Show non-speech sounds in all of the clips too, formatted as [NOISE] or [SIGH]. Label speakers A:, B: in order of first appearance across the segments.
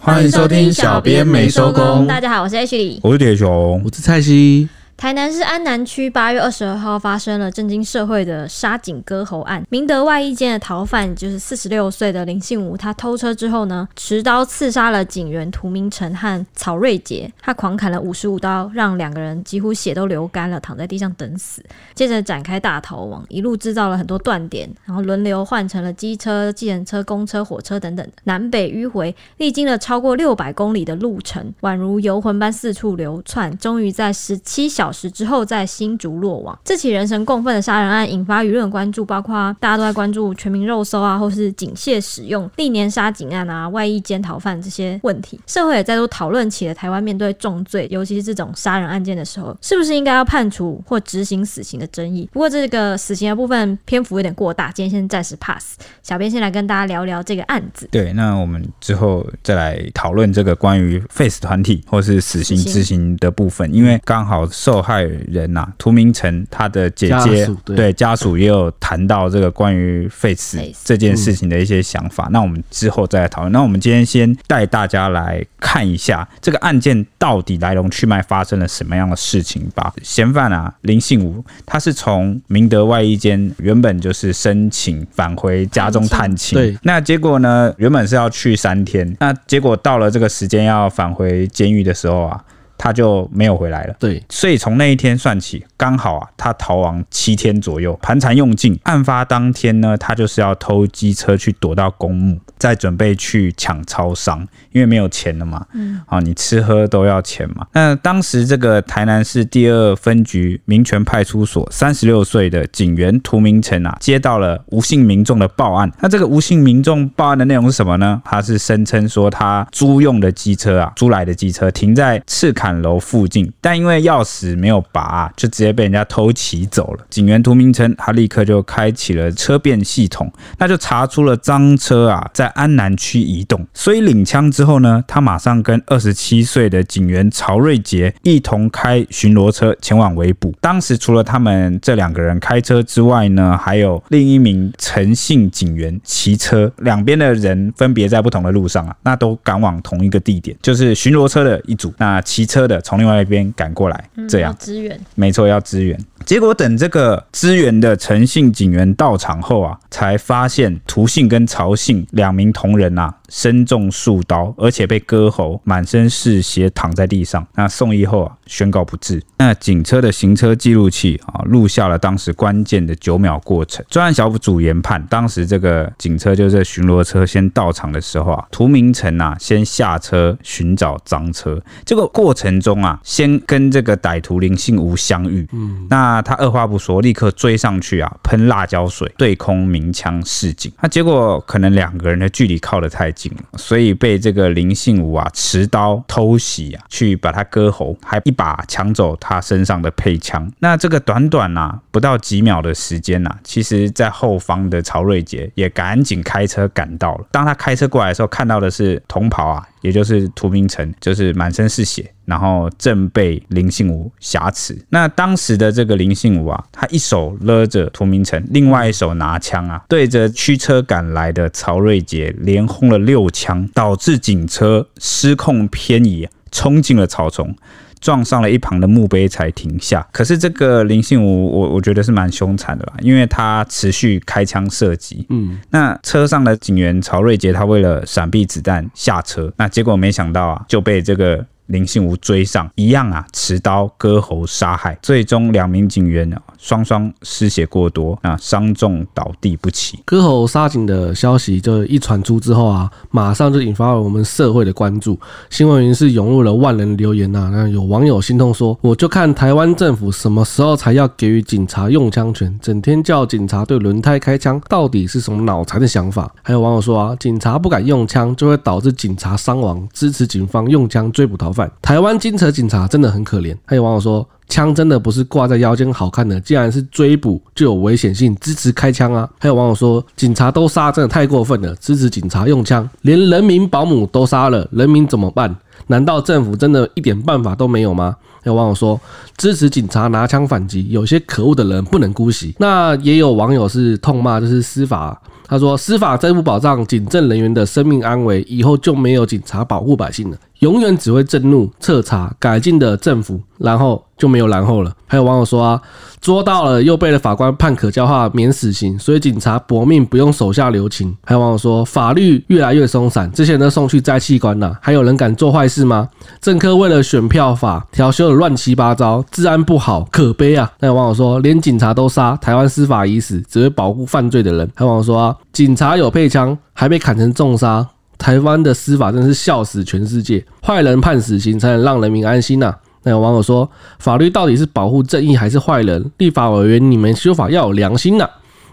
A: 欢迎收听小编没收工
B: 大家好，我是 H 李。
C: 我是铁熊，
A: 我是蔡西，
B: 台南市安南区八月二十二号发生了震惊社会的杀警割喉案。明德外衣间的逃犯就是四十六岁的林信武，他偷车之后呢，持刀刺杀了警员涂明成和曹瑞杰，他狂砍了五十五刀，让两个人几乎血都流干了，躺在地上等死。接着展开大逃亡，一路制造了很多断点，然后轮流换成了机车、计程车、公车、火车等等，南北迂回，历经了超过六百公里的路程，宛如游魂般四处流窜，终于在十七小时之后在新竹落网。这起人神共愤的杀人案引发舆论关注，包括大家都在关注全民肉搜啊，或是警械使用、历年杀警案啊、外役监逃犯这些问题，社会也再度讨论起了台湾面对重罪，尤其是这种杀人案件的时候，是不是应该要判处或执行死刑的争议。不过这个死刑的部分篇幅有点过大，今天先暂时 pass。小编先来跟大家聊聊这个案子。
C: 对，那我们之后再来讨论这个关于 Face 团体或是死刑
B: 死刑
C: 执行的部分，因为刚好受害人呐、涂明成他的姐姐
A: 家属对
C: 家属也有谈到这个关于 Face
B: Face
C: 这件事情的一些想法，那我们之后再来讨论。那我们今天先带大家来看一下这个案件到底来龙去脉发生了什么样的事情吧。嫌犯啊，林信武，他是从明德外衣间原本就是申请返回家中探
B: 探
C: 亲，
A: 对
C: 那结果呢，原本是要去三天，那结果到了这个时间要返回监狱的时候啊，他就没有回来了。
A: 对，
C: 所以从那一天算起，刚好啊，他逃亡七天左右，盘缠用尽。案发当天呢，他就是要偷机车去躲到公墓，再准备去抢超商，因为没有钱了嘛。嗯，啊，你吃喝都要钱嘛。那当时这个台南市第二分局民权派出所三十六岁的警员涂明成啊，接到了无姓民众的报案。那这个无姓民众报案的内容是什么呢？他是声称说他租用的机车啊，租来的机车停在赤坎楼附近，但因为钥匙没有拔啊、就直接被人家偷骑走了。警员涂明成他立刻就开启了车变系统，那就查出了赃车啊在安南区移动，所以领枪之后呢，他马上跟二十七岁的警员曹瑞杰一同开巡逻车前往围捕。当时除了他们这两个人开车之外呢，还有另一名陈姓警员骑车，两边的人分别在不同的路上啊，那都赶往同一个地点，就是巡逻车的一组，那骑车的从另外一边赶过来，这样
B: 要。嗯支援，
C: 没错，要支援。结果等这个支援的陈姓警员到场后啊，才发现涂姓跟曹姓两名同仁啊，身中数刀，而且被割喉，满身是血，躺在地上。那送医后啊，宣告不治。那警车的行车记录器啊，录下了当时关键的九秒过程。专案小组研判，当时这个警车就是巡逻车先到场的时候啊，涂明成啊先下车寻找赃车，这个过程中啊，先跟这个歹徒林信吾相遇，嗯，那他二话不说，立刻追上去啊，喷辣椒水，对空鸣枪示警。那结果可能两个人的距离靠得太近了，所以被这个林信吾啊持刀偷袭啊，去把他割喉，还一把抢走他身上的配枪。那这个短短啊不到几秒的时间呐、啊，其实在后方的曹瑞杰也赶紧开车赶到了。当他开车过来的时候，看到的是同袍啊，也就是涂明成，就是满身是血，然后正被林信武挟持。那当时的这个林信武啊，他一手勒着涂明成，另外一手拿枪啊，对着驱车赶来的曹瑞杰连轰了六枪，导致警车失控偏移，冲进了草丛。撞上了一旁的墓碑才停下。可是这个林信武，我我觉得是蛮凶残的啦，因为他持续开枪射击。嗯，那车上的警员曹瑞杰，他为了闪避子弹下车，那结果没想到啊，就被这个。林信武追上，一样啊，持刀割喉杀害，最终两名警员啊双双失血过多啊，伤重倒地不起。
A: 割喉杀警的消息就一传出之后啊，马上就引发了我们社会的关注，新闻云是涌入了万人留言呐、啊那有网友心痛说，我就看台湾政府什么时候才要给予警察用枪权，整天叫警察对轮胎开枪，到底是什么脑残的想法？还有网友说啊，警察不敢用枪，就会导致警察伤亡，支持警方用枪追捕逃犯。台湾金蛇警察真的很可怜。还有网友说。枪真的不是挂在腰间好看的，既然是追捕，就有危险性，支持开枪啊！还有网友说，警察都杀，真的太过分了，支持警察用枪，连人民保姆都杀了，人民怎么办？难道政府真的一点办法都没有吗？有网友说支持警察拿枪反击，有些可恶的人不能姑息。那也有网友是痛骂，就是司法他说，司法再不保障警政人员的生命安危，以后就没有警察保护百姓了，永远只会震怒、彻查、改进的政府，然后就没有然后了。还有网友说啊，捉到了又被了法官判可教化免死刑，所以警察搏命不用手下留情。还有网友说，法律越来越松散，这些人都送去摘器官了、还有人敢做坏事吗？政客为了选票法调修的乱七八糟，治安不好，可悲啊！那有网友说，连警察都杀，台湾司法已死，只会保护犯罪的人。还有网友说、啊，警察有配枪，还被砍成重杀。台湾的司法真是笑死全世界，坏人判死刑才能让人民安心呐、啊那有网友说，法律到底是保护正义还是坏人？立法委员，你们修法要有良心呐、啊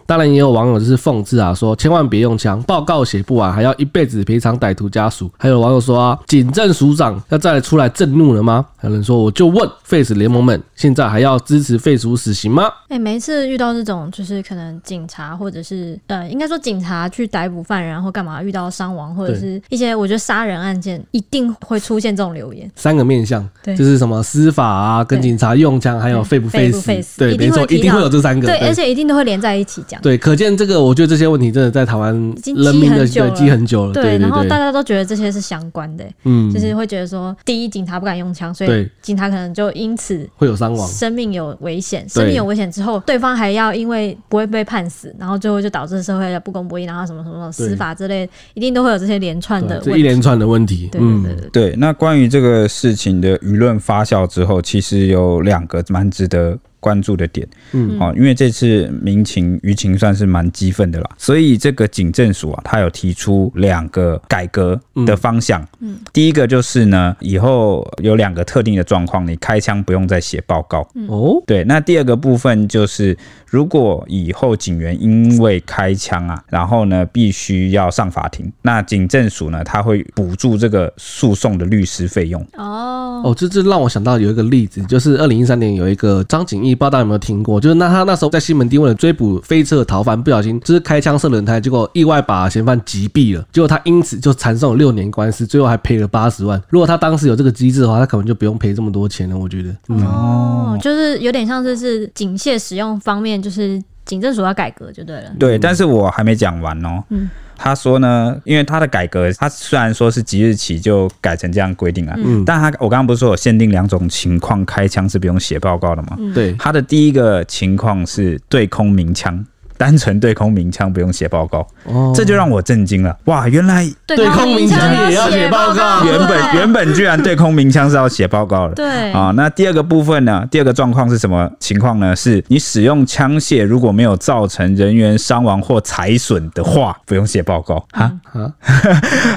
A: 当然，也有网友就是讽刺啊，说千万别用枪，报告写不完，还要一辈子赔偿歹徒家属。还有网友说啊，警政署长要再出来震怒了吗？还有人说，我就问 Face 联盟们，现在还要支持废除死刑吗？
B: 哎、每一次遇到这种，就是可能警察或者是呃，应该说警察去逮捕犯人，然后干嘛遇到伤亡或者
A: 对
B: 是一些我觉得杀人案件，一定会出现这种留言。
A: 三个面向，
B: 对
A: 就是什么司法啊，跟
B: 对
A: 警察用枪，还有
B: 对
A: 废不
B: 废
A: 废
B: 不
A: 死
B: 废死，
A: 对，
B: 一
A: 没
B: 定会
A: 错，
B: 提
A: 一定
B: 到
A: 会有这三个，
B: 对，而且一定都会连在一起讲。
A: 对，可见这个，我觉得这些问题真的在台湾
B: 已经积
A: 人民的
B: 很久
A: 对
B: 了
A: 积很久了，对
B: 然后
A: 对
B: 大，家都觉得这些是相关的、
A: 嗯，
B: 就是会觉得说，第一，警察不敢用枪，所以
A: 对
B: 警察可能就因此
A: 会有伤亡，
B: 生命有危险，生命有危险之后，对方还要因为不会被判死，然后最后就导致社会的不公不义，然后什么什么
A: 对
B: 司法之类，一定都会有这些连串
A: 对啊
B: 的
A: 这
B: 问
A: 一
B: 题。
A: 连串的问题，
B: 对对
A: 嗯
B: 对，对
C: 对，那关于这个事情的舆论发酵之后，其实有两个蛮值得关注的点。
A: 嗯
C: 哦，因为这次民情舆情算是蛮激愤的啦，所以这个警政署啊，它有提出两个改革的方向。嗯，第一个就是呢，以后有两个特定的状况，你开枪不用再写报告。
B: 嗯
A: 哦，
C: 对，那第二个部分就是，如果以后警员因为开枪啊，然后呢必须要上法庭，那警政署呢，他会补助这个诉讼的律师费用。
B: 哦，
A: 哦，这这让我想到有一个例子，就是二零一三年有一个张景义，不知道大家有没有听过？就是那他那时候在西门町为了追捕飞车的逃犯，不小心就是开枪射轮胎，结果意外把嫌犯击毙了，结果他因此就缠上了六年官司，最后还赔了八十万。如果他当时有这个机制的话，他可能就不用赔这么多钱了。我觉得，嗯，
B: 哦，就是有点像是是警械使用方面，就是警政署要改革就对了。
C: 对，但是我还没讲完哦。
B: 嗯
C: 他说呢，因为他的改革，他虽然说是即日起就改成这样规定啊，
A: 嗯
C: 但他我刚刚不是说有限定两种情况开枪是不用写报告的
B: 嗯
C: 吗？
A: 对，
C: 他的第一个情况是对空鸣枪，单纯对空鸣枪不用写报告，
A: [LAUGHS] 哦
C: 这就让我震惊了。哇，原来
B: 对
A: 对
B: 空
A: 空鸣枪也要写报告
B: 告，
C: 原本原本居然对空鸣枪是要写报告的。
B: 哦对
C: 啊、那第二个部分呢？第二个状况是什么情况呢？是你使用枪械如果没有造成人员伤亡或财损的话，不用写报告哈
A: 啊，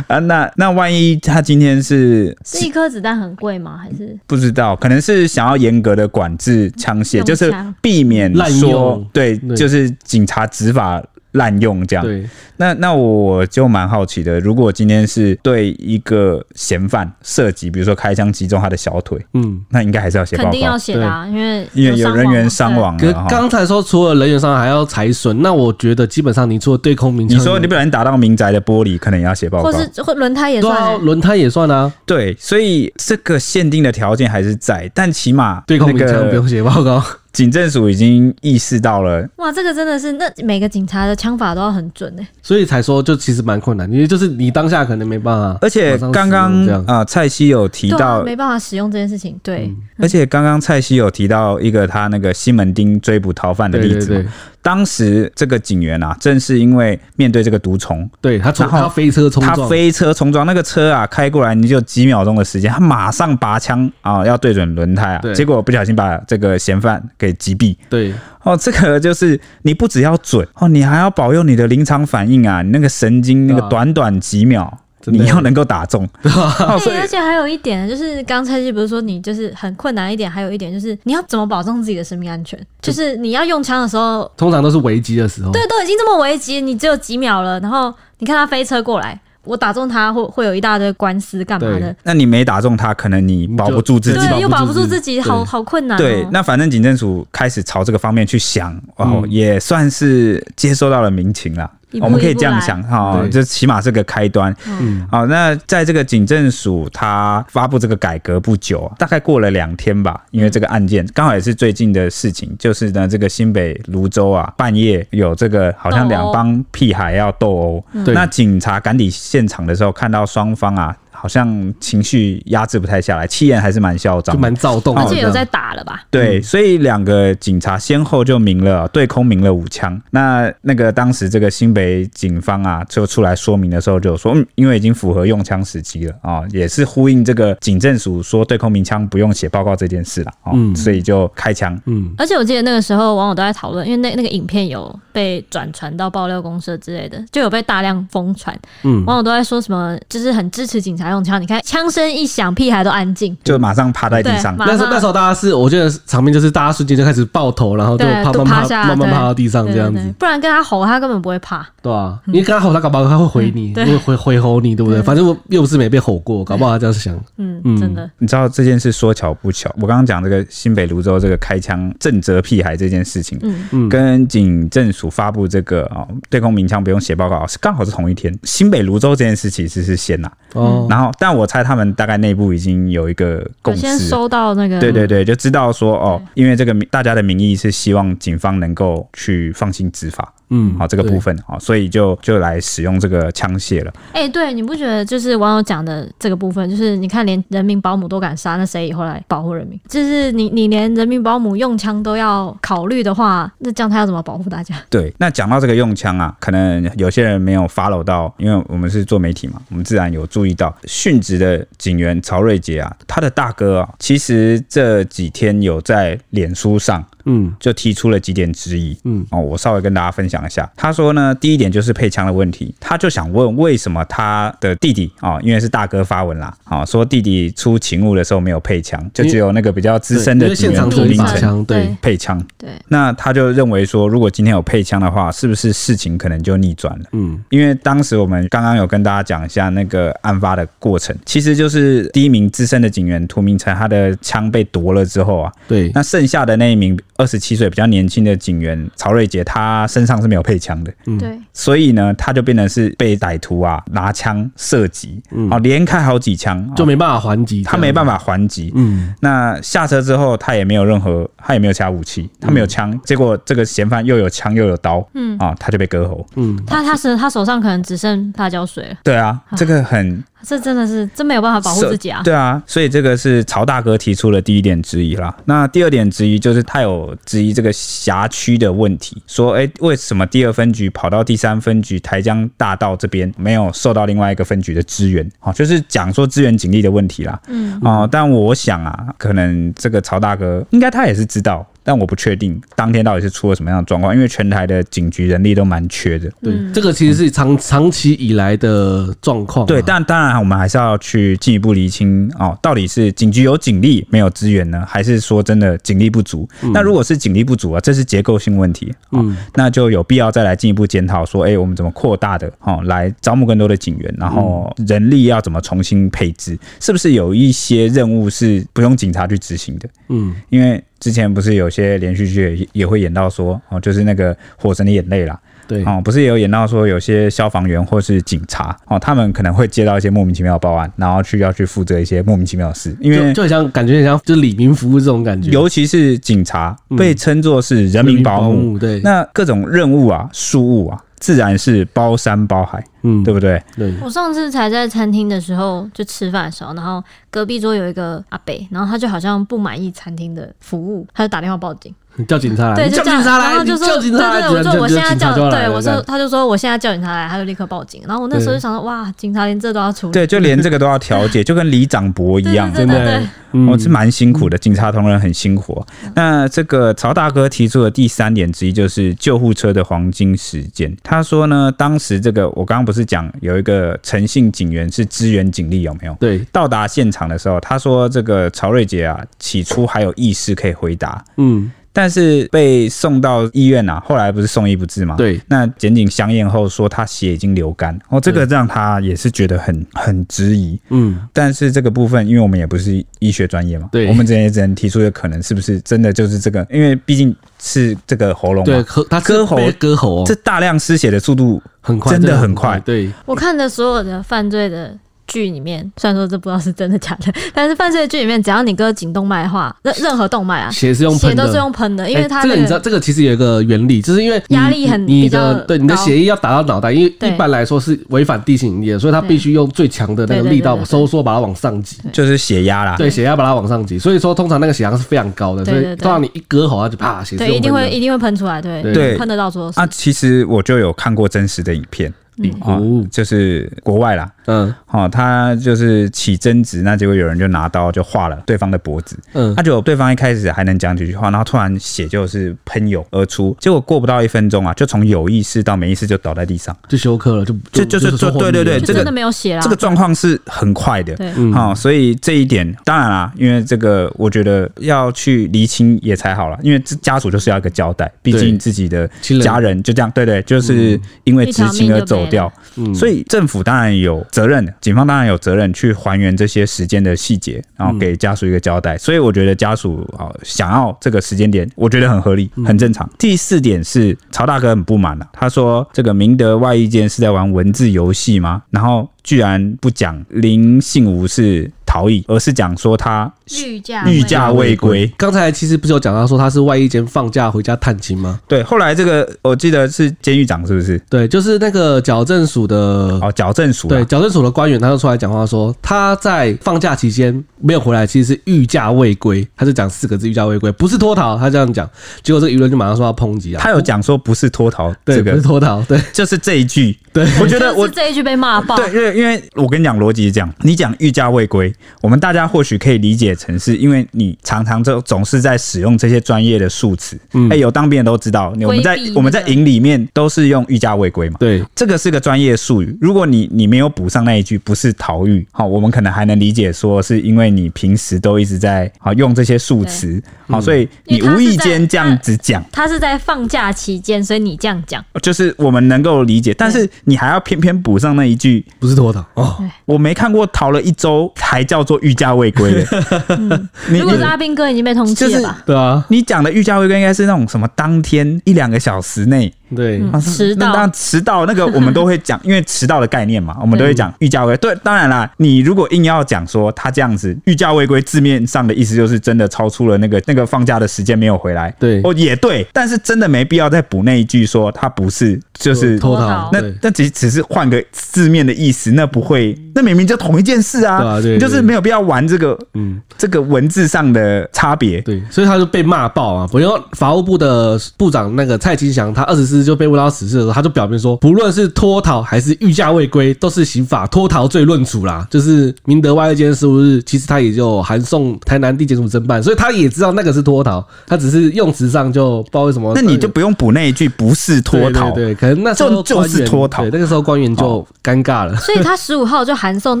C: 啊。那那万一他今天是
B: 是一颗子弹很贵吗？还是
C: 不知道，可能是想要严格的管制枪械，
B: 用
C: 就是
B: 枪
C: 避免
A: 滥
C: 说
A: 用
C: 对，
A: 对
C: 就是警察执法滥用这样。
A: 对，
C: 那那我就蛮好奇的，如果今天是对一个嫌犯涉及，比如说开枪击中他的小腿，
A: 嗯。
C: 那应该还是要写报
B: 肯定要
C: 告，
B: 写的啊，因为
C: 因为有人员
B: 嘛
C: 伤。亡
A: 可
C: 了哈。
A: 刚才说除了人员伤害还要财损，那我觉得基本上你除了对空鸣
C: 你
A: 枪，
C: 说你不小心打到民宅的玻璃，可能也要写报
B: 对
C: 告
B: 或。是或轮胎也
A: 对
B: 算
A: 啊，
B: 欸，
A: 轮胎也算啊，
C: 对，所以这个限定的条件还是在，但起码
A: 对空
C: 那
A: 鸣枪不
C: 个
A: 用写报告。
C: 警政署已经意识到了
B: 哇，这个真的是，那每个警察的枪法都要很准哎、
A: 所以才说就其实蛮困难，因为就是你当下可能没办法
C: 而且
A: 马上使用这样，
C: 刚刚啊，蔡西有提
B: 对啊，
C: 到，嗯
B: 没办法使用这件事情。对，
C: 而且刚刚蔡西有提到一个他那个西门町追捕逃犯的
A: 对
C: 例
A: 对
C: 子嘛。
A: 对，
C: 当时这个警员啊，正是因为面对这个毒虫，
A: 对他冲
C: 然后
A: 他飞车冲
C: 他
A: 撞，
C: 飞车冲撞那个车啊，开过来你就几秒钟的时间，他马上拔枪啊，要对准轮胎啊，
A: 对
C: 结果不小心把这个嫌犯给击毙。
A: 对
C: 哦，
A: [LAUGHS]
C: 这个就是你不只要准哦，你还要保佑你的临场反应啊，你那个神经那
A: 对啊
C: 个短短几秒，
A: 真的啊
C: 你要能够打中。哦，所
B: 欸
C: 以
B: 对，而且还有一点就是，刚才就不是说你就是很困难一点，还有一点就是你要怎么保障自己的生命安全？就是你要用枪的时候，
A: 通常都是危机的时候，
B: 对，都已经这么危急，你只有几秒了，然后你看他飞车过来，我打中他会会有一大堆官司干嘛的
A: 对？
C: 那你没打中他，可能你保不住自己。
B: 对，又保
A: 保
B: 不
A: 不
B: 住
A: 住
B: 自
A: 自
B: 己，
A: 己
B: 好
A: 对
B: 好困难、哦。
C: 对，那反正警政署开始朝这个方面去想，哦，
A: 嗯
C: 也算是接收到了民情啦。
B: 一步
C: 我们可以
B: 一步
C: 这样
B: 来
C: 想哈
A: 对，
C: 这起码是个开端。
A: 嗯，
C: 好，那在这个警政署它发布这个改革不久，大概过了两天吧，因为这个案件刚好也是最近的事情，就是呢，这个新北泸州啊，半夜有这个好
B: 斗
C: 像
B: 殴
C: 两帮屁孩要斗殴，
A: 对
C: 那警察赶抵现场的时候，看到双方啊，好像情绪压制不太下来，气焰还是蛮嚣张
A: 就
C: 的，
A: 蛮躁动的
B: 而
A: 这样，
B: 且有在打了吧？
A: 嗯
C: 对，所以两个警察先后就鸣了对空鸣了五枪。那那个当时这个新北警方啊，就出来说明的时候就有说，嗯，因为已经符合用枪时机了啊、也是呼应这个警政署说对空鸣枪不用写报告这件事了啊、
A: 嗯
C: 所以就开枪。
A: 嗯，
B: 而且我记得那个时候网友都在讨论，因为那那个影片有被转传到爆料公社之类的，就有被大量疯传。
A: 嗯
B: 网友都在说什么，就是很支持警察用枪。你看枪声一响，屁孩都安静。
C: 就马上趴在地上
B: 对，
A: 那时候
B: 马上
A: 那时候大家是，我记得场面就是大家瞬间就开始抱头，然后就
B: 对
A: 啪
B: 都
A: 慢
B: 趴
A: 慢
B: 下
A: 趴慢慢
B: 对
A: 趴到地上这样
B: 对对对
A: 子，
B: 不然跟他吼，他根本不会怕。
A: 对吧？你跟他吼，他搞不好他会回你，
B: 对
A: 会回回吼你，对不对？反正我又不是没被吼过，搞不好他这样想。
B: 嗯，
A: 嗯
B: 真的，
C: 你知道这件事说巧不巧，我刚刚讲这个新北泸州这个开枪震责屁孩这件事情，
B: 嗯
A: 嗯
C: 跟警政署发布这个哦对空鸣枪不用写报告是刚好是同一天。新北泸州这件事其实是先呐、
B: 嗯
A: 哦，
C: 然后但我猜他们大概内部已经有一个
B: 我
C: 共
B: 先
C: 识。
B: 收到
A: 嗯
B: 那个，
C: 对对对，就知道说哦，因为这个民大家的民意是希望警方能够去放心执法，哦
A: 嗯
C: 好、这个
A: 对嗯
C: 部分好、所以就就来使用这个枪械了。
B: 哎、对，你不觉得就是网友讲的这个部分，就是你看连人民保姆都敢杀，那谁以后来保护人民？就是你你连人民保姆用枪都要考虑的话，那这样他要怎么保护大家？
C: 对，那讲到这个用枪啊，可能有些人没有 follow 到，因为我们是做媒体嘛，我们自然有注意到殉职的警员曹瑞杰啊，他的大哥啊，其实这几天有在脸书上
A: 嗯
C: 就提出了几点质疑。
A: 嗯
C: 哦，我稍微跟大家分享一下。他说呢，第一点就是配枪的问题，他就想问为什么他的弟弟哦，因为是大哥发文啦，哦，说弟弟出勤务的时候没有配枪，就只有那个比较资深
A: 对因
C: 的
A: 为
C: 警
A: 现
C: 员
A: 场
C: 涂
A: 只有一
C: 明
A: 把
C: 成
A: 枪，对，
C: 配枪。
B: 对，
C: 那他就认为说，如果今天有配枪的话，是不是事情可能就逆转了？
A: 嗯
C: 因为当时我们刚刚有跟大家讲一下那个案发的过程，其实就是第一名资深的警员涂明成，他的枪被夺了之后啊，
A: 对，
C: 那剩下的那一名二十七岁比较年轻的警员曹瑞杰，他身上是没有配枪的，
A: 嗯
B: 对，
C: 所以呢，他就变成是被歹徒啊拿枪射击，
A: 嗯
C: 哦，连开好几枪，
A: 就
C: 哦
A: 没办法还击，
C: 他没办
A: 法，
C: 法还击。
A: 嗯
C: 那下车之后，他也没有任何，他也没有其他武
A: 嗯
C: 器，他没有枪，结果这个嫌犯又有枪又有刀，
B: 嗯
C: 啊、他就被割喉。
A: 嗯，
B: 他他手他手上可能只剩辣椒水了，
C: 对啊，这个很
B: 这真的是真没有办法保护自己啊。
C: 对啊，所以这个是曹大哥提出了第一点质疑啦。那第二点质疑就是他有质疑这个辖区的问题，说哎、诶为什么第二分局跑到第三分局台江大道这边没有受到另外一个分局的支援？哦，就是讲说支援警力的问题啦。
B: 嗯，
C: 哦，但我想啊，可能这个曹大哥应该他也是知道。但我不确定当天到底是出了什么样的状况，因为全台的警局人力都蛮缺的。
B: 嗯
A: 对，这个其实是长长期以来的状况啊，
C: 对，但当然我们还是要去进一步厘清哦，到底是警局有警力没有资源呢，还是说真的警力不足？那如果是警力不足啊，这是结构性问题，哦、
A: 嗯
C: 那就有必要再来进一步检讨，说，哎、我们怎么扩大的哦，来招募更多的警员，然后人力要怎么重新配置？是不是有一些任务是不用警察去执行的？
A: 嗯
C: 因为之前不是有些连续剧也也会演到说，哦，就是那个《火神的眼泪》啦，
A: 对，
C: 哦，不是也有演到说有些消防员或是警察哦，他们可能会接到一些莫名其妙的报案，然后去要去负责一些莫名其妙的事，因
A: 就
C: 为
A: 就很像感觉很像就是李明服务这种感觉，
C: 尤其是警察被称作是人民保
A: 人
C: 姆，
A: 姆，对，
C: 那各种任务啊、事务啊，自然是包山包海，
A: 嗯
C: 对不对？
A: 对，
B: 我上次才在餐厅的时候，就吃饭的时候，然后隔壁桌有一个阿北，然后他就好像不满意餐厅的服务，他就打电话报警。
A: 你叫警察来，
B: 对，
A: 啊你
B: 就
A: 叫
B: 这样，
A: 警察
B: 然
A: 来，
B: 后
A: 你
B: 就说，
A: 叫
B: 对
A: 警察来，
B: 对，我
A: 就
B: 说我现在
A: 警察就要来
B: 对
A: 了
B: 我
A: 这
B: 说，
A: 样
B: 他就说我现在叫警察来，他就立刻报警。然后我那时候就想说，哇，警察连这都要处理，
C: 对，就连这个都要调解，就跟里长伯一样，
B: 对
A: 真
B: 对
A: 的
B: 对对，
A: 嗯
C: 哦，是蛮辛苦的，警察同仁很辛苦。哦那这个曹大哥提出的第三点之一就是救护车的黄金时间。他说呢，当时这个我刚刚不是讲有一个诚信警员是支援警力有没有？
A: 对，
C: 到达现场的时候，他说这个曹瑞杰啊，起初还有意识可以回答，
A: 嗯，
C: 但是被送到医院啊，后来不是送医不治吗？。
A: 对，
C: 那检警相验后说他血已经流干，哦，这个让他也是觉得很很质疑。
A: 嗯，
C: 但是这个部分，因为我们也不是医学专业嘛，
A: 对
C: 我们之前也只能提出一个可能，是不是真的就是这个？因为毕竟是这个喉咙
A: 对，
C: 嘛，
A: 可他是
C: 割喉
A: 被割喉哦，
C: 这大量失血的速度
A: 很快，
C: 真的很快
A: 对，
B: 我看的所有的犯罪的剧里面，虽然说这不知道是真的假的，但是犯罪的剧里面，只要你割颈动脉的话，任任何动脉啊，
A: 血是用
B: 血
A: 喷
B: 都
A: 的，
B: 是用喷的，因
A: 哎
B: 为它
A: 这
B: 那
A: 个你知道，
B: 个
A: 这个其实有一个原理，就是因为你
B: 压力很
A: 你你
B: 比较
A: 的对你的
B: 高
A: 血液要打到脑袋，因为
B: 对
A: 一般来说是违反地心引力的，所以它
B: 对
A: 必须用最强的那
B: 对
A: 个
B: 对
A: 力
B: 对
A: 道
B: 对对
A: 收缩把它往上挤。
C: 就是血压啦，
A: 对，血压把它往上挤，所以说通常那个血压是非常高的，
B: 对
A: 所以
B: 对对
A: 通常你一割喉，它就啪，血是
B: 对，一
A: 用
B: 定
A: 喷
B: 会
A: 的
B: 一定会喷出来，对，
A: 对
B: 喷得到处都是
C: 啊。。其实我就有看过真实的影片，
B: 嗯
C: 哦
A: 哦，
C: 就是国外啦，
A: 嗯
C: 哦，他就是起争执，那结果有人就拿刀就划了对方的脖子，
A: 嗯
C: 他、，就对方一开始还能讲几句话，然后突然血就是喷涌而出，结果过不到一分钟啊，就从有意识到没意识就倒在地上，
A: 就休克了，就
C: 就就是
A: 说
C: 对对对
B: 就
C: 这个
B: 真的没有血啦，
C: 这个状况是很快的。
B: 对，
A: 嗯
C: 哦，所以这一点当然啦，因为这个我觉得要去厘清也才好了，因为这家属就是要一个交代，毕竟自己的
A: 亲人
C: 家人就这样，对对，
B: 嗯
C: 就是因为知情而走掉，
A: 嗯
C: 所以政府当然有责任，警方当然有责任去还原这些时间的细节，然
A: 嗯
C: 后给家属一个交代。所以我觉得家属啊、哦想要这个时间点，我觉得很合理，
A: 嗯
C: 很正常。第四点是曹大哥很不满了、他说这个明德外衣间是在玩文字游戏吗？然后居然不讲林信吾是逃逸，而是讲说他
B: 御驾
C: 御驾未归。
A: 刚才其实不是有讲到说他是外衣间放假回家探亲吗？
C: 对，后来这个我记得是监狱长是不是？
A: 对，就是那个矫正署的。
C: 哦，矫正署、啊、
A: 嗯对，矫正署的官员他就出来讲话说，他在放假期间没有回来，其实是御驾未归。他就讲四个字“御驾未归”，不是脱逃。他这样讲，结果这个舆论就马上说要抨击啊。
C: 他有讲说不是脱逃，
A: 对，
C: 这
A: 不是
C: 个哦
A: 脱逃，对
C: 就是这一句。
A: 对，
C: 我觉得
B: 就
C: 我
B: 是这一句被骂爆，
C: 对，因为因为我跟你讲逻辑是这样，你讲欲加未归，我们大家或许可以理解成是因为你常常就总是在使用这些专业的术词，哎、
A: 嗯
C: 有当兵的都知道，我们在
B: 规避那个
C: 我们在营里面都是用欲加未归嘛。
A: 对，
C: 这个是个专业术语，如果你你没有补上那一句，不是逃狱，好、我们可能还能理解说是因为你平时都一直在好、用这些术词，好、所以你
B: 因为它
C: 无
B: 是
C: 意
B: 在
C: 间这样子讲，
B: 他是在放假期间，所以你这样讲，
C: 就是我们能够理解，但是你还要偏偏补上那一句，
A: 不是脱逃哦。
C: 我没看过逃了一周还叫做欲驾未
A: [LAUGHS]
C: 归的。你
B: 如果是
C: 你
B: 阿兵哥已经被通缉了吧？
A: 对啊，
C: 你讲的欲驾未归应该是那种什么当天一两个小时内
A: 对，
B: 嗯迟
C: 那当
B: 到
C: 然，迟到那个我们都会讲，因为迟到的概
A: [LAUGHS]
C: 念嘛，我们都会讲欲驾
A: 嗯
C: 未归。对，当然啦，你如果硬要讲说他这样子欲驾未归，字面上的意思就是真的超出了那个那个放假的时间没有回来。
A: 对
C: 哦也对，但是真的没必要再补那一句说他不是就是
A: 脱
B: 脱
A: 逃
B: 逃，
C: 那
A: 对
C: 那只只是换个字面的意思，那不会，那明明就同一件事啊，
A: 对啊对
C: 你就是
A: 对
C: 没有必要玩这个
A: 嗯，
C: 这个文字上的差别。
A: 对，所以他就被骂爆啊！我用法务部的部长那个蔡金祥，他二十四就被问到此事的时候，他就表明说，不论是脱逃还是御驾未归，都是刑法脱逃罪论处啦。就是明德外二监事务日，其实他也就函送台南地检署侦办，所以他也知道那个是脱逃，他只是用词上就不知道为什么。
C: 那你就不用补那一句不是脱逃，
A: 对对对可能那时候
C: 就
A: 官员
C: 就是脱逃
A: 对，那个时候官员就尴尬了，
B: 所以他十五号就函送，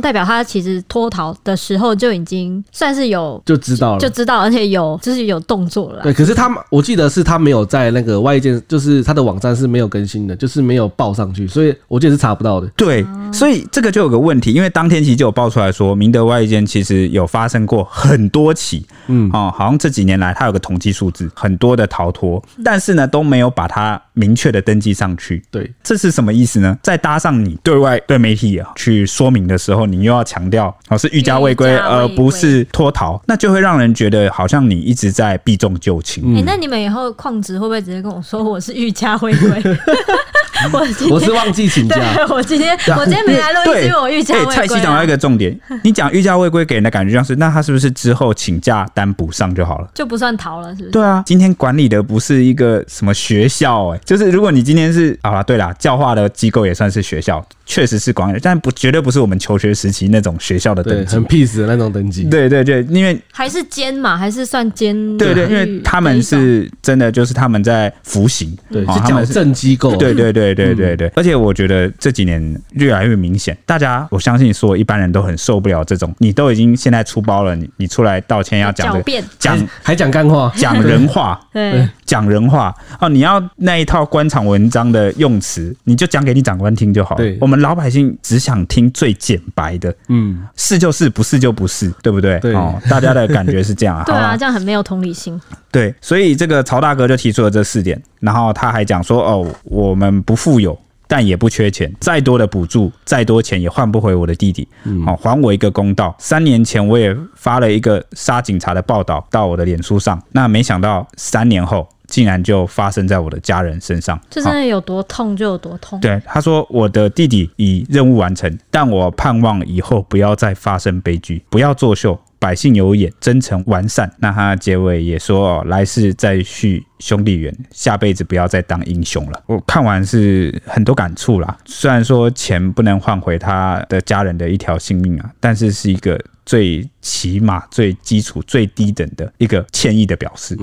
B: 代表他其实脱逃的时候就已经算是有
A: 就知道了，
B: 就知道，而且有就是有动作了啦。
A: 对，可是他我记得是他没有在那个外界，就是他的网站是没有更新的，就是没有报上去，所以我记得是查不到的。
C: 对
B: 哦
C: 所以这个就有个问题，因为当天其实就有爆出来说，明德外一间其实有发生过很多起，
A: 嗯，
C: 哦，好像这几年来它有个统计数字，很多的逃脱，
B: 嗯
C: 但是呢都没有把它明确的登记上去，
A: 对，
C: 这是什么意思呢？再搭上你对外对媒体啊去说明的时候，你又要强调哦是欲加未归，
B: 欲加未归
C: 而不是脱逃，那就会让人觉得好像你一直在避重就轻。
A: 嗯
B: 哎、那你们以后旷职会不会直接跟我说我是欲加未
C: [LAUGHS]
B: 归？我今
A: 我
B: 天
A: 是忘记请假。
B: [LAUGHS] 对我今天
C: 对啊
B: 我今天没来录音
C: 对
B: 是因为我欲加
C: 哎
B: 未归啊、
C: 蔡西讲到一个
B: [LAUGHS]
C: 重点，你讲欲加未归给人的感觉像是，那他是不是之后请假单补上就好了？
B: 就不算逃了，是不是？
C: 对啊，今天管理的不是一个什么学校、哎，就是如果你今天是啊好啦，对啦，教化的机构也算是学校，确实是管理，但不绝对不是我们求学时期那种学校的
A: 对，
C: 等级
A: 很。peace 的那种等级。
C: 对对对，因为
B: 还是奸嘛，还是算奸？
C: 对对，因
B: 嗯
C: 为他们是真的，就是他们在服刑，
A: 对，
C: 哦
A: 是
C: 他
A: 矫
C: 们是。
A: 正机构。
C: 对对对对对对，而且我觉得这几年越来越明显，大家我相信所有一般人都很受不了这种，你都已经现在出包了，你你出来道歉要讲
B: 狡
C: 这个
B: 辩，
C: 讲
A: 还讲干话，
C: 讲人话， [LAUGHS]
B: 对，
C: 讲人话哦，你要那一套官场文章的用词，你就讲给你长官听就好了
A: 对。
C: 我们老百姓只想听最简白的，
A: [LAUGHS] 嗯，
C: 是就是，不是就不是，对不对？
A: 对
C: 哦，大家的感觉是这
B: [LAUGHS]
C: 样啊。
B: 对
C: 好
B: 啊，
C: 啦
B: 这样很没有同理心。
C: 对，所以这个曹大哥就提出了这四点，然后他还讲说，哦，我们不富有。但也不缺钱，再多的补助，再多钱也换不回我的弟弟。好、哦，还我一个公道。三年前我也发了一个杀警察的报道到我的脸书上，那没想到三年后竟然就发生在我的家人身上。
B: 这
C: 好
B: 真的有多痛就有多痛。
C: 对，他说我的弟弟已任务完成，但我盼望以后不要再发生悲剧，不要作秀，百姓有眼，真诚完善。那他结尾也说哦，来世再续兄弟缘，下辈子不要再当英雄了。我看完是很多感触啦，虽然说钱不能换回他的家人的一条性命啊，但是是一个。最起码、最基础、最低等的一个歉意的表示。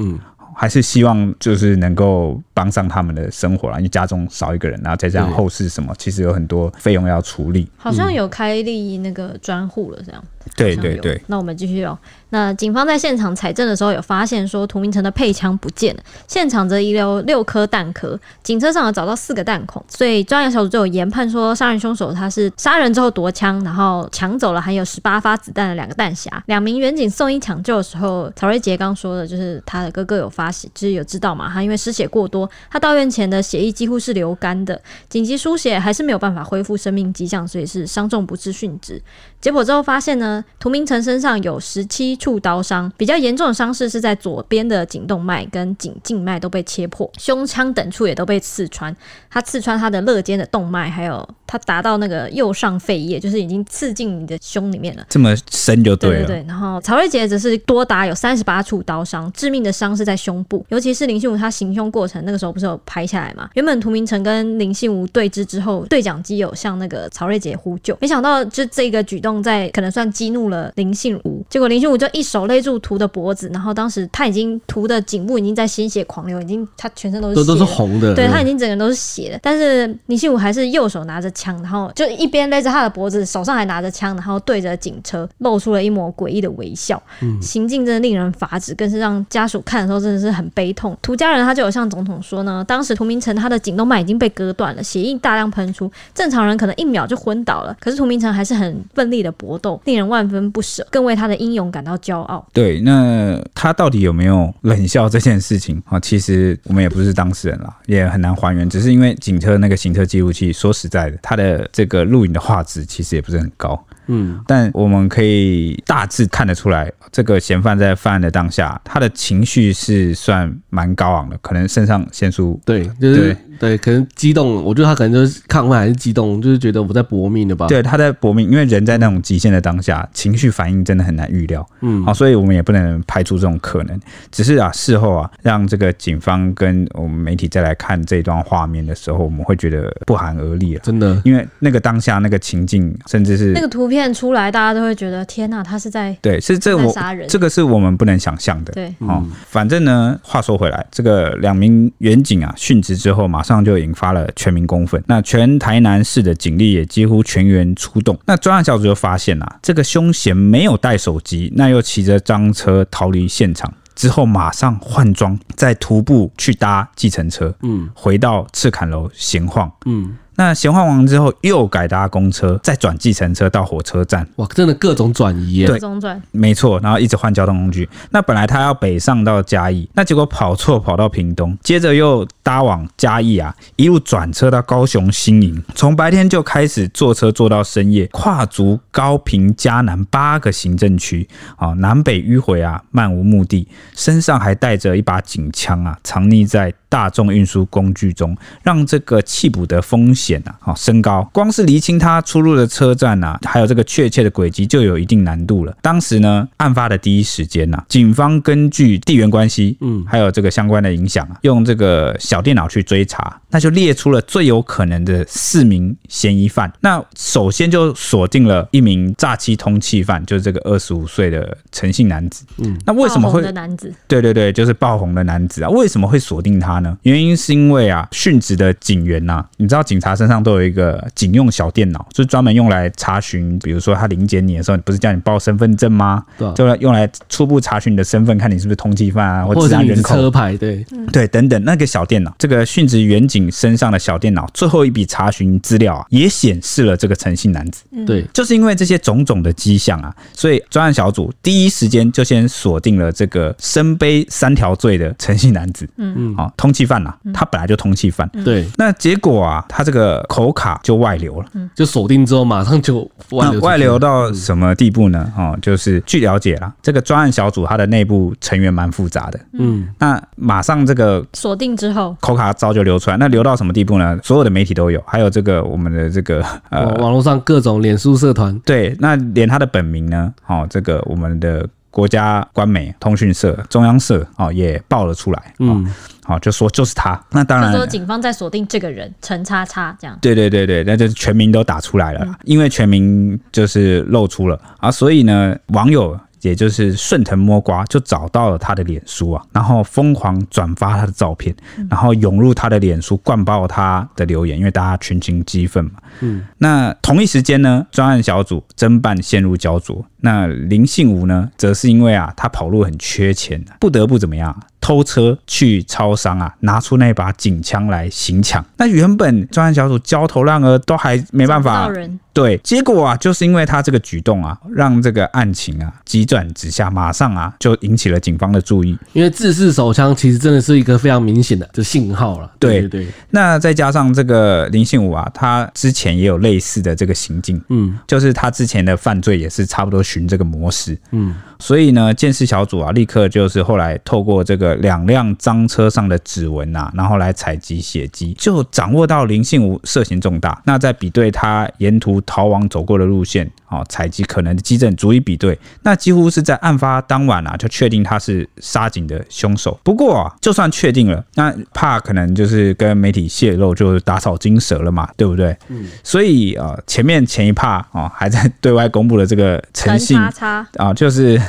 C: 还是希望就是能够帮上他们的生活啦，因为家中少一个人，然后再加上
A: 对
C: 后事什么，其实有很多费用要处理。
B: 好像有开立那个专户了，这样。
C: 对
B: 好像
C: 对
B: 有
C: 对，。
B: 那我们继续哦。那警方在现场采证的时候，有发现说涂明成的配枪不见了，现场则遗留六颗弹壳，警车上有找到四个弹孔，所以专案小组就有研判说，杀人凶手他是杀人之后夺枪，然后抢走了含有十八发子弹的两个弹匣。两名远警送医抢救的时候，曹瑞杰刚说的就是他的哥哥有发现，就是有知道嘛，他因为失血过多，他到院前的血液几乎是流干的，紧急输血还是没有办法恢复生命迹象，所以是伤重不治殉职。结果之后发现呢，涂明成身上有十七处刀伤，比较严重的伤势是在左边的颈动脉跟颈静脉都被切破，胸腔等处也都被刺穿。他刺穿他的肋间的动脉，还有他达到那个右上肺叶，就是已经刺进你的胸里面了。
C: 这么深就
B: 对
C: 对了。
B: 对，然后曹瑞杰则是多达有三十八处刀伤，致命的伤是在胸部，尤其是林信武他行凶过程，那个时候不是有拍下来嘛？原本涂明成跟林信武对峙之后，对讲机有向那个曹瑞杰呼救，没想到就这个举动在可能算激怒了林信武，结果林信武就一手勒住涂的脖子，然后当时他已经涂的颈部已经在鲜血狂流，已经他全身都是
A: 都都
B: 血
A: 是
B: 了
A: 红
C: 嗯
A: 的，
B: 对他已经整个人都是血了，但是林信武还是右手拿着枪，然后就一边勒着他的脖子，手上还拿着枪，然后对着警车露出了一抹诡异的微笑，
C: 嗯
B: 行径真的令人发指，更是让家属看的时候真的是很悲痛。涂家人他就有向总统说呢，当时涂明成他的颈动脉已经被割断了，血液大量喷出，正常人可能一秒就昏倒了，可是涂明成还是很奋力的搏斗，令人万分不舍，更为他的英勇感到骄傲。
C: 对，那他到底有没有冷笑这件事情啊？其实我们也不是当事人啦，也很难还原。只是因为警车那个行车记录器，说实在的，它的这个录影的画质其实也不是很高。嗯，但我们可以大致看得出来，这个嫌犯在犯案的当下，他的情绪是算蛮高昂的，可能肾上腺素
A: 对，就是对，可能激动，我觉得他可能就是亢奋还是激动，就是觉得我在搏命的吧。
C: 对，他在搏命，因为人在那种极限的当下，情绪反应真的很难预料。
A: 嗯
C: 好、所以我们也不能排除这种可能。只是啊，事后啊，让这个警方跟我们媒体再来看这段画面的时候，我们会觉得不寒而栗了。
A: 真的，
C: 因为那个当下那个情境，甚至是
B: 那个图片出来，大家都会觉得天呐，他是在
C: 对，是这
B: 在
C: 我
B: 杀人
C: 这个是我们不能想象的。
B: 对。
C: 哦，反正呢，话说回来，这个两名员警啊殉职之后，马上就引发了全民公愤。那全台南市的警力也几乎全员出动。那专案小组就发现啊，这个凶嫌没有带手机，那又骑着赃车逃离现场。之后马上换装，再徒步去搭计程车，嗯，回到赤坎楼闲晃，
A: 嗯，
C: 那闲晃完之后又改搭公车，再转计程车到火车站，
A: 哇，真的各种转移耶。
C: 对
B: 中转
C: 没错，然后一直换交通工具。那本来他要北上到嘉义，那结果跑错跑到屏东，接着又搭往嘉义啊，一路转车到高雄新营，从白天就开始坐车坐到深夜，跨足高屏、嘉南八个行政区啊，南北迂回啊，漫无目的，身上还带着一把警枪啊，藏匿在大众运输工具中，让这个弃捕的风险啊，好升高。光是厘清他出入的车站啊，还有这个确切的轨迹，就有一定难度了。当时呢，案发的第一时间呐、啊，警方根据地缘关系，嗯，还有这个相关的影响啊，用这个小电脑去追查，那就列出了最有可能的四名嫌疑犯。那首先就锁定了一名诈欺通缉犯，就是这个二十五岁的陈姓男子。嗯，那为什么
B: 爆红
C: 会
B: 的男子
C: 对对对，就是爆红的男子啊，为什么会锁定他呢？原因是因为啊，殉职的警员呐、你知道警察察身上都有一个警用小电脑，就是专门用来查询，比如说他临检你的时候，你不是叫你报身份证吗？
A: 对啊
C: 就用来初步查询你的身份，看你是不是通缉犯啊，或
A: 或者
C: 治
A: 是
C: 安
A: 你的
C: 人口
A: 车牌，对，
B: 嗯
C: 对，等等，那个小电脑，这个殉职远景身上的小电脑，最后一笔查询资料啊，也显示了这个诚信男子。
B: 嗯
A: 对，
C: 就是因为这些种种的迹象啊，所以专案小组第一时间就先锁定了这个身背三条罪的诚信男子，
A: 嗯，
C: 啊、通缉犯呐、啊，他本来就通缉犯。
A: 对，
C: 那结果啊，他这个口卡就外流了。
A: 就锁定之后马上就嗯外流
C: 那
A: 出去
C: 啊外流到什么地步呢？哦，就是据了解啦，这个专案小组它的内部成员蛮复杂的。
A: 嗯，
C: 那马上这个
B: 锁定之后，
C: 口卡早就流出来，那流到什么地步呢？所有的媒体都有，还有这个我们的这个
A: 网
C: 呃，
A: 网络上各种脸书社团，
C: 对，那连他的本名呢，哦，这个我们的国家官媒通讯社、中央社哦也爆了出来，哦，
A: 嗯，
C: 好、就说就是他，那当
B: 就
C: 然
B: 说。警方在锁定这个人陈叉叉这样。
C: 对对对对，那就是全名都打出来了啦，因为全名就是露出了啊，所以呢，网友也就是顺藤摸瓜，就找到了他的脸书啊，然后疯狂转发他的照片，然后涌入他的脸书，灌爆他的留言，因为大家群情激愤嘛。
A: 嗯，
C: 那同一时间呢，专案小组侦办陷入焦灼。那林信吾呢，则是因为啊，他跑路很缺钱，不得不怎么样啊，偷车去超商啊，拿出那把警枪来行抢。那原本专案小组焦头烂额，都还没办
B: 找
C: 法
B: 不到人
C: 对，结果啊，就是因为他这个举动啊，让这个案情啊急转直下，马上啊就引起了警方的注意。
A: 因为自式手枪其实真的是一个非常明显的这信号了，
C: 对
A: 对对，
C: 那再加上这个林信武啊，他之前也有类似的这个行径，
A: 嗯
C: 就是他之前的犯罪也是差不多循这个模式，
A: 嗯，
C: 所以呢，鉴识小组啊，立刻就是后来透过这个两辆赃车上的指纹啊，然后来采集血迹，就掌握到林信吾涉嫌重大。那再比对他沿途逃亡走过的路线，哦，采集可能的基证，逐一比对，那几乎是在案发当晚啊，就确定他是杀警的凶手。不过啊，就算确定了，那怕可能就是跟媒体泄露，就是打草惊蛇了嘛，对不对？嗯。所以啊、呃前面前一趴啊、哦，还在对外公布了这个诚
B: 陈
C: 信
B: 叉叉
C: 啊，就是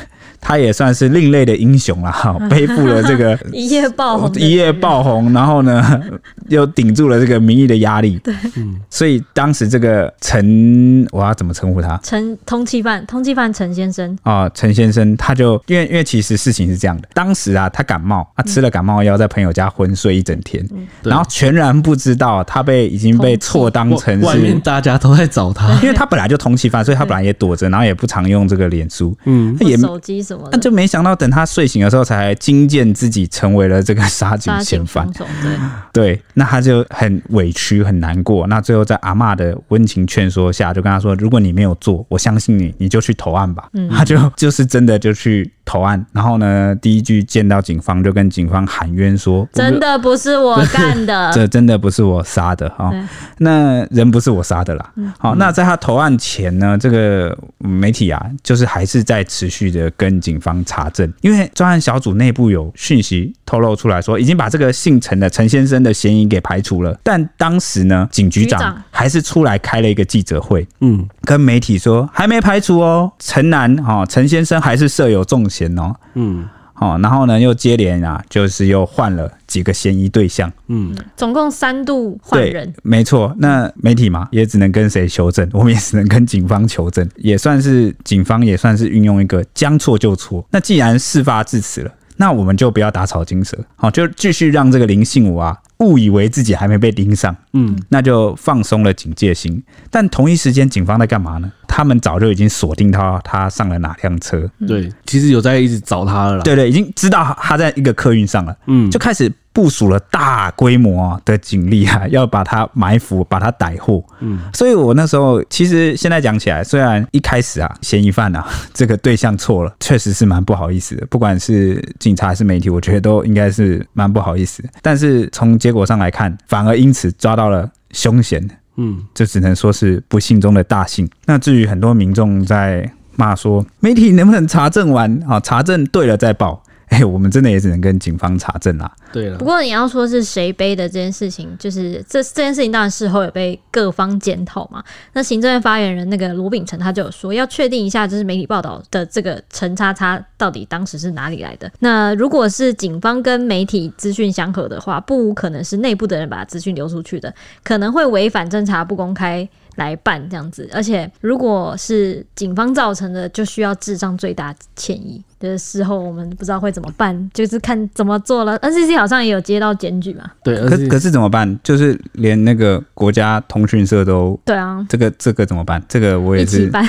C: 他也算是另类的英雄
B: [LAUGHS]
C: 啦，哈，背负了这个呃
B: 一夜爆红的
C: 一夜爆红，然后呢 [LAUGHS] 又顶住了这个民意的压力，对，
A: 嗯
C: 所以当时这个陈，我要怎么称呼他？
B: 陈通缉犯，通缉犯陈先生，
C: 啊，陈先生他就因为因为其实事情是这样的，当时啊他感冒，
B: 嗯
C: 他吃了感冒药，在朋友家昏睡一整天，
A: 对
C: 然后全然不知道他被已经被
B: 通缉
C: 错当成
A: 外
C: 是
A: 面大家都在找他，
C: 因为他本来就通缉犯，所以他本来也躲着，然后也不常用这个脸书，
A: 嗯，
C: 他也
B: 或手机什么
C: 那
B: 的，
C: 就没想到，等他睡醒的时候，才惊见自己成为了这个杀警
B: 杀
C: 嫌
B: 警嗯
C: 犯
B: 凶。手，对，
C: 对，那他就很委屈、很难过。那最后在阿嬷的温情劝说下，就跟他说：“如果你没有做，我相信你，你就去投案吧。”他就 [LAUGHS] 就是真的就去投案。然后呢，第一句见到警方就跟警方喊冤说：“
B: 真的不是
C: [LAUGHS]
B: 我干的，
C: 这真的不是我杀的哈、
B: 对
C: 那人不是我杀的啦。好、那在他投案前呢，这个媒体啊，就是还是在持续的跟警方查证，因为专案小组内部有讯息透露出来说，已经把这个姓陈的陈先生的嫌疑给排除了。但当时呢，警局
B: 局
C: 长
B: 长
C: 还是出来开了一个记者会，
A: 嗯，
C: 跟媒体说还没排除哦，陈南哈、哦、陈先生还是设有重嫌哦。
A: 嗯
C: 哦，然后呢，又接连啊，就是又换了几个嫌疑对象，
A: 嗯，
B: 总共三度换
C: 对，
B: 人，
C: 没错。那媒体嘛，也只能跟谁求证，我们也只能跟警方求证，也算是警方也算是运用一个将错就错。那既然事发至此了，那我们就不要打草惊蛇，好，就继续让这个林信武啊。误以为自己还没被盯上，
A: 嗯，
C: 那就放松了警戒心。但同一时间，警方在干嘛呢？他们早就已经锁定到他上了哪辆车，
B: 嗯
A: 对，其实有在一直找他了啦，
C: 对对，已经知道他在一个客运上了。
A: 嗯，
C: 就开始部署了大规模的警力啊，要把它埋伏，把它逮获。
A: 嗯，
C: 所以我那时候其实现在讲起来，虽然一开始啊，嫌疑犯啊 [LAUGHS] 这个对象错了，确实是蛮不好意思的，不管是警察还是媒体，我觉得都应该是蛮不好意思的。但是从结果上来看，反而因此抓到了凶嫌，
A: 嗯，
C: 这只能说是不幸中的大幸。那至于很多民众在骂说，媒体能不能查证完啊？查证对了再报。哎、我们真的也只能跟警方查证啦。
A: 对了
B: 不，过你要说是谁背的这件事情，就是这这件事情当然事后也被各方检讨嘛。那行政院发言人那个罗秉成他就有说，要确定一下，就是媒体报道的这个陈叉叉到底当时是哪里来的。那如果是警方跟媒体资讯相合的话，不无可能是内部的人把资讯流出去的，可能会违反侦查不公开。来办这样子，而且如果是警方造成的，就需要致上最大歉意。就是事后我们不知道会怎么办，就是看怎么做了。NCC 好像也有接到检举嘛，
A: 对，而
C: 可
A: 且
C: 可是怎么办？就是连那个国家通讯社都
B: 对啊，
C: 这个这个怎么办？这个我
B: 一
C: 也
B: 起
C: 是，
B: 办，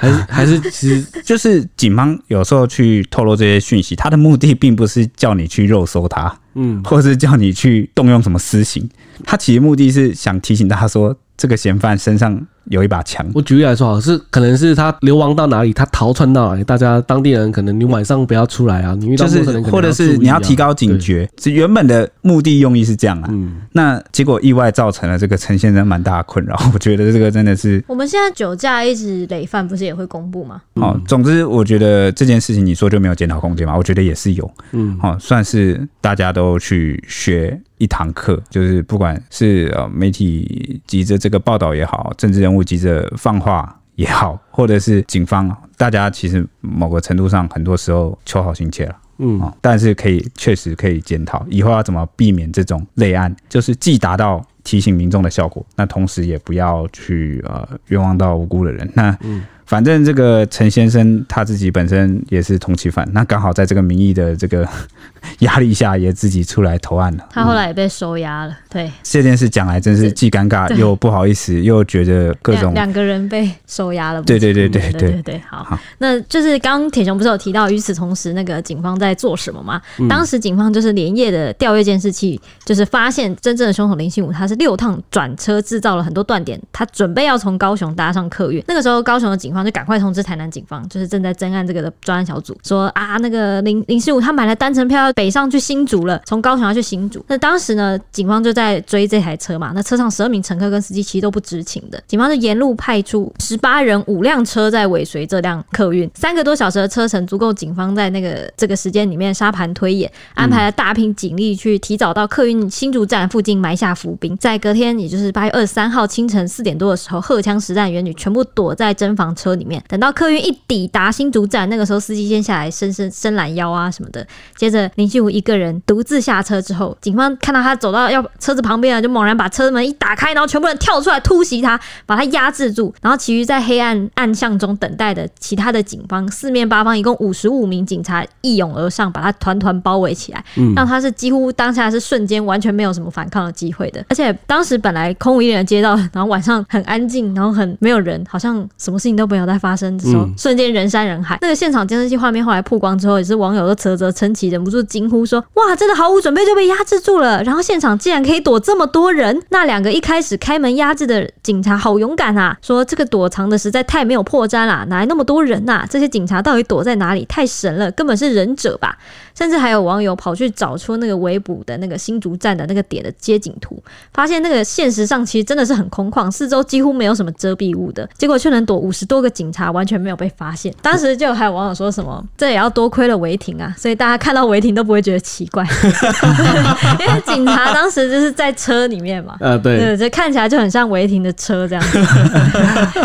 A: 还
C: [LAUGHS]
A: 是还是其实
C: 就是警方有时候去透露这些讯息，他的目的并不是叫你去肉搜他，
A: 嗯，
C: 或是叫你去动用什么私刑，他其实目的是想提醒大家说，这个嫌犯身上有一把枪。
A: 我举例来说好了，是可能是他流亡到哪里，他逃窜到哪里，大家当地人可能你晚上不要出来啊，你遇到
C: 就
A: 陌
C: 是
A: 生人可能、，
C: 或者是
A: 啊
C: 你要提，高警觉，这原本的目的用意是这样啊。
A: 嗯，
C: 那结果意外造成了这个陈先生蛮大的困扰， [LAUGHS] 我觉得这个真的是
B: 我们现在酒驾一直累犯，不是也会公布吗？
C: 哦
A: 嗯。
C: 总之，我觉得这件事情你说就没有检讨空间嘛？我觉得也是有
A: 嗯，
C: 哦，算是大家都去学一堂课，就是不管是呃媒体急着这个报道也好，政治人物急着放话也好，或者是警方，大家其实某个程度上很多时候求好心切了。
A: 嗯，
C: 哦，但是可以确实可以检讨以后要怎么避免这种类案，就是既达到提醒民众的效果，那同时也不要去呃冤枉到无辜的人。那、反正这个陈先生他自己本身也是通缉犯，那刚好在这个民意的这个 [LAUGHS] 压力下，也自己出来投案了。
B: 他后来也被收押了，对，
C: 这件事讲来真是既尴尬
B: 对
C: 又不好意思，又觉得各
B: 两
C: 种
B: 两个人被收押了，
C: 对对对对
B: 对
C: 对
B: 对，好，
C: 好
B: 那就是刚刚铁雄不是有提到，与此同时，那个警方在做什么吗？
A: 嗯
B: 当时警方就是连夜的调阅监视器，就是发现真正的凶手林信武，他是六趟转车制造了很多断点，他准备要从高雄搭上客运。那个时候，高雄的警方就赶快通知台南警方，就是正在侦案这个的专案小组，说啊，那个林林信武他买了单程票要北上去新竹了，从高雄要去新竹。那当时呢，警方就在追这台车嘛，那车上十二名乘客跟司机其实都不知情的，警方就沿路派出十八人五辆车在尾随这辆客运，三个多小时的车程足够警方在那个这个时间里面沙盘推演，安排了大批警力去提早到客运新竹站附近埋下伏兵，在隔天，也就是八月二十三号清晨四点多的时候，荷枪实弹的元女全部躲在侦防车里面。等到客运一抵达新竹站，那个时候司机先下来伸伸伸懒腰啊什么的，接着林旭武一个人独自下车之后，警方看到他走到要车子旁边啊了，就猛然把车门一打开，然后全部人跳出来突袭他，把他压制住，然后其余在黑暗暗巷中等待的其他的警方，四面八方一共五十五名警察一拥而上，把他团团包围起来，让他是几乎当下是瞬间完全没有什么反抗的机会的。而且当时本来空无一人的街道，然后晚上很安静，然后很没有人，好像什么事情都没有在发生的时候，
A: 嗯
B: 瞬间人山人海。那个现场监视器画面后来曝光之后，也是网友都啧啧称奇，忍不住惊呼说：“哇，真的毫无准备就被压制住了！然后现场竟然可以躲这么多人，那两个一开始开门压制的警察好勇敢啊！说这个躲藏的实在太没有破绽啦、哪来那么多人呐、这些警察到底躲在哪里？太神了，根本是忍者吧！甚至还有网友跑去找出那个围捕的那个新竹站的那个点的街景图，发现那个现实上其实真的是很空旷，四周几乎没有什么遮蔽物的，结果却能躲五十多个警察，完全没有被发现。当时就有还有网友说什么，这也要多亏了违停啊，所以大家看到违停都不会觉得奇怪， [LAUGHS] 因为警察当时就是在车里面嘛。
A: 呃，对，
B: 对，这看起来就很像违停的车这样子。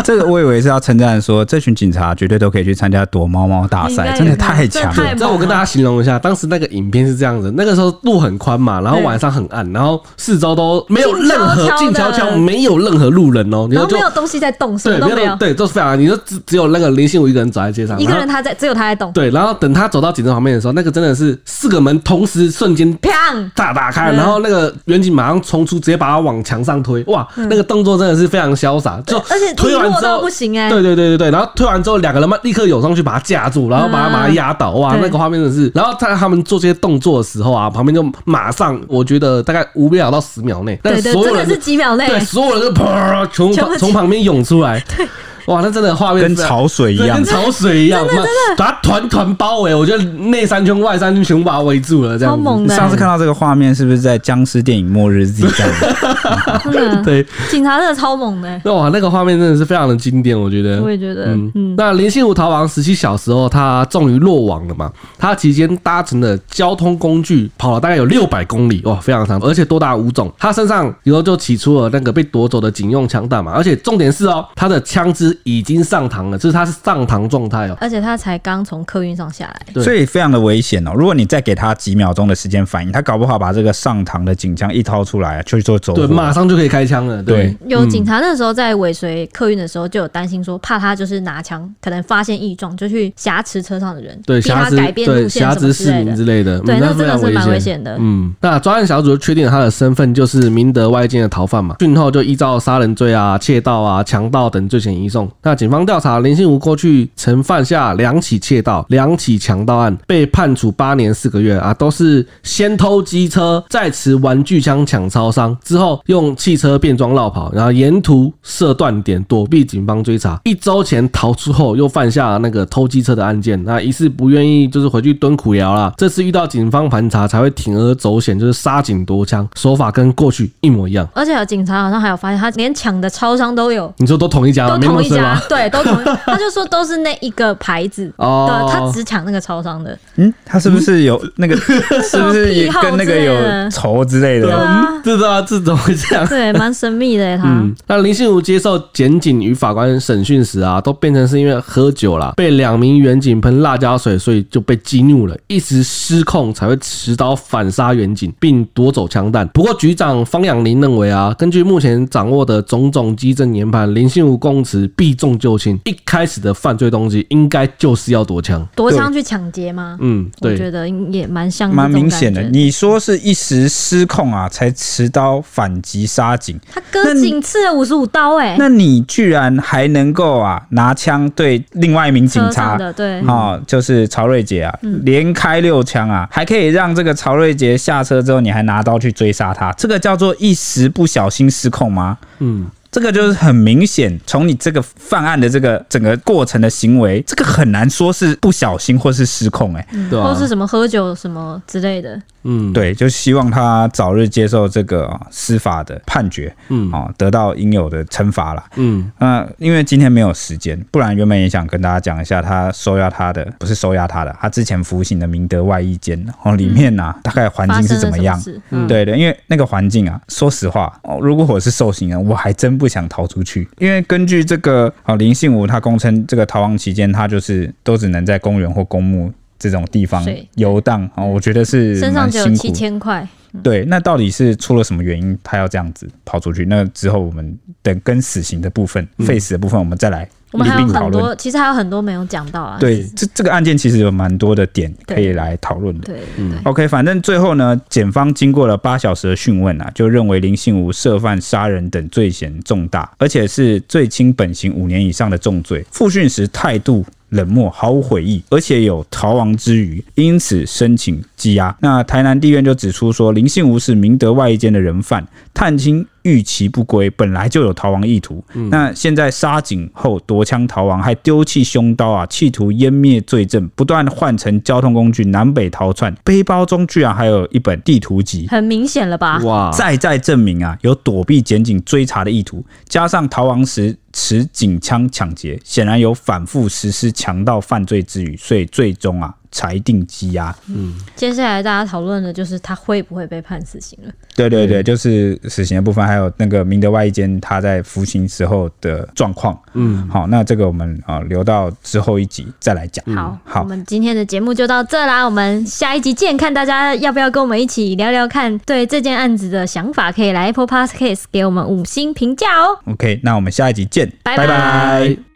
C: 这个我以为是要称赞说，这群警察绝对都可以去参加躲猫猫大赛，真的太强
B: 啊真的太
C: 了。
A: 这我跟大家形容一下，当时那个影片是这样子，那个时候路很宽嘛，然后
B: 对
A: 晚上很暗，然后四周都没有任何
B: 静
A: 静
B: 悄悄
A: 悄
B: 的
A: 悄，没有任何路人哦，然
B: 然后
A: 后就
B: 没有东西在动，什么
A: 对，
B: 都
A: 没
B: 没有，
A: 对，都是非常，你就只只有那个林信武一个人走在街上，
B: 一个
A: 然后
B: 人他在，只有他在动，
A: 对，然后等他走到警察旁边的时候，那个真的是四个门同时瞬间
B: 砰！
A: 大打开，
B: 嗯
A: 然后那个远景马上冲出，直接把他往墙上推，哇，那个动作真的是非常潇洒，就
B: 嗯而且
A: 推
B: 力
A: 完
B: 弱
A: 之
B: 到
A: 后
B: 不。行哎、
A: 对对对对对，然后推完之后，两个人嘛立刻涌上去把他架住，然后把他
B: 嗯
A: 把他压倒，哇，
B: 对
A: 那个画面真的是。然后在他们做这些动作的时候啊，旁边就马上，我觉得大概五秒到十秒内，但
B: 对对，
A: 所
B: 真
A: 有
B: 的
A: 人
B: 是几秒内，
A: 对所有人就啪从
B: 全部 [LAUGHS]
A: 从旁边涌出来，哇，那真的画面
C: 跟
A: 非常
C: 潮水一
A: 对
C: 样
A: 跟。潮水一样，妈把它团团包围。我觉得内三圈、外三圈全部把它围住了，这样子
B: 超猛的
C: 上次看到这个画面，是不是在僵尸电影《末日 Z 战士》
B: 真的，
A: 对，
B: 警察真的超猛的、
A: 那哇，那个画面真的是非常的经典，我觉得。
B: 我也觉得，
A: 嗯
B: 嗯，
A: 那林信武逃亡时期，小时候他终于落网了嘛？他期间搭乘的交通工具跑了大概有六百公里，哇，非常长，而且多达五种。他身上然后就起出了那个被夺走的警用枪弹嘛，而且重点是哦，他的枪支已经上膛了，就是他是上膛状态哦。
B: 而且他才刚从客运上下来，
A: [LAUGHS] 对
C: 所以非常的危险哦。如果你再给他几秒钟的时间反应，他搞不好把这个上膛的警枪一掏出来，就做走
A: 对，
C: 火。
A: 马上就可以开枪了。对
C: 哦对，
B: 有警察那时候在尾随客运的时候，就有担心说，怕他就是拿枪，可能发现异状就去挟持车上的人，
A: 对，
B: 逼他
A: 瑕疵
B: 改变
A: 对
B: 路线
A: 瑕
B: 什
A: 疵
B: 么之
A: 市
B: 类
A: 民
B: 的。
A: 之类的，
B: 对
A: 嗯
B: 那
A: 非
B: 真的
A: 常
B: 是蛮
A: 危
B: 危险的
A: 嗯，那专案小组就确定了他的身份就是明德外间的逃犯嘛，讯后就依照杀人罪啊、窃盗啊、强盗等罪嫌移送。那警方调查林信吾过去曾犯下两起窃盗、两起强盗案，被判处八年四个月啊，都是先偷机车，再持玩具枪抢超商，之后用汽车变装绕跑，然后沿途设断点躲避警方追查。一周前逃出后，又犯下那个偷机车的案件，那疑似不愿意就是回去蹲苦窑啦。这次遇到警方盘查，才会铤而走险，就是杀警夺枪，手法跟过去一模一样。
B: 而且警察好像还有发现，他连抢的超商都有，
A: 你说都同一家吗？
B: 都
A: 啊没那么
B: 同一
A: 深
B: 家
A: 吗？，
B: 对，
A: [LAUGHS]
B: 都同一，他就说都是那一个牌子。
A: 哦
B: 对，他只抢那个超商的，
C: 嗯，他是不是有那
A: [LAUGHS]
C: 个？是不是也
B: 什么癖好
C: 跟那个
B: 之类的
C: 有仇之类
A: 对
C: 的？
A: 啊，嗯知道啊，这怎么会这样？
B: 对，蛮神秘的
A: [LAUGHS]
B: 耶他。
A: 嗯，那林信吾接受检警与法官审讯时啊，都变成是因为喝酒了，被两名远警喷辣椒水，所以就被激怒了，一时失控才会持刀反杀远警，并夺走枪弹。不过局长方养林认为啊，根据目前掌握的种种基证研判，林信吾供词避重就轻，一开始的犯罪动机应该就是要夺枪。
B: 夺枪去抢劫吗？
A: 嗯，
B: 我
A: 对
B: 觉。得也蛮像，
C: 蛮明显
A: 嗯
C: 的，你说是一时失控啊，才持刀反击杀警，
A: 哎
B: 他割颈刺了五十五刀、哎，
C: 那你居然还能够啊拿枪对另外一名警
B: 车
C: 察
B: 上的对，
C: 哦，就是曹瑞杰啊，连开六枪啊，还可以让这个曹瑞杰下车之后，你还拿刀去追杀他，这个叫做一时不小心失控吗？
A: 嗯，
C: 这个就是很明显，从你这个犯案的这个整个过程的行为，这个很难说是不小心或是失控、欸，哎、
A: 对
B: 或
A: 啊
B: 是，什么喝酒什么之类的，
A: 嗯，
C: 对，就希望他早日接受这个哦司法的判决，
A: 嗯
C: 哦，得到应有的惩罚啦。
A: 嗯，
C: 那、因为今天没有时间，不然原本也想跟大家讲一下他收押他的，不是收押他的，他之前服刑的明德外衣间哦，里面呐、大概环
B: 发
C: 境
B: 生
C: 是
B: 了
C: 怎
B: 什
C: 么样？
B: 事？
A: 嗯
B: 嗯，
C: 对的，因为那个环境啊，说实话，哦，如果我是受刑人，我还真不想逃出去。因为根据这个啊、哦，林信武他供称，这个逃亡期间，他就是都只能在公园或公墓这种地方
B: 是
C: 游荡哦，我觉得是
B: 身上
C: 蛮
B: 只有
C: 辛苦
B: 七千块，
C: 对，那到底是出了什么原因，他要这样子跑出去？那之后我们等跟死刑的部分、废死的部分，我们再来
B: 我们
C: 一
B: 还有
C: 并讨
B: 很
C: 论。
B: 多，其实还有很多没有讲到啊。
C: 对，这这个案件其实有蛮多的点
B: 对
C: 可以来讨论的。
B: 对
A: 嗯
B: 对对，
C: OK，反正最后呢，检方经过了八小时的讯问啊，就认为林信吾涉犯杀人等罪嫌重大，而且是最轻本刑五年以上的重罪。复讯时态度冷漠，毫无悔意，而且有逃亡之余，因此申请羁押。那台南地院就指出说，林信吾是明德外一间的人犯，探亲逾期不归，本来就有逃亡意图。那现在杀警后夺枪逃亡，还丢弃凶刀啊，企图湮灭罪证，不断换乘交通工具南北逃窜，背包中居然还有一本地图集。
B: 很明显了吧？
A: 哇，
C: 再再证明啊，有躲避检警追查的意图，加上逃亡时持警枪抢劫，显然有反复实施强盗犯罪之余，所以最终啊裁定羁押。
B: 接下来大家讨论的就是他会不会被判死刑了？
C: 对对对，就是死刑的部分，还有那个明德外一间他在服刑时候的状况。
A: 嗯，
C: 好，那这个我们啊、留到之后一集再来讲。
B: 好，
C: 嗯好
B: 我们今天的节目就到这啦，我们下一集见。看大家要不要跟我们一起聊聊看对这件案子的想法，可以来 Apple Podcast 给我们五星评价哦。
C: OK，那我们下一集见，
B: 拜拜
C: 拜拜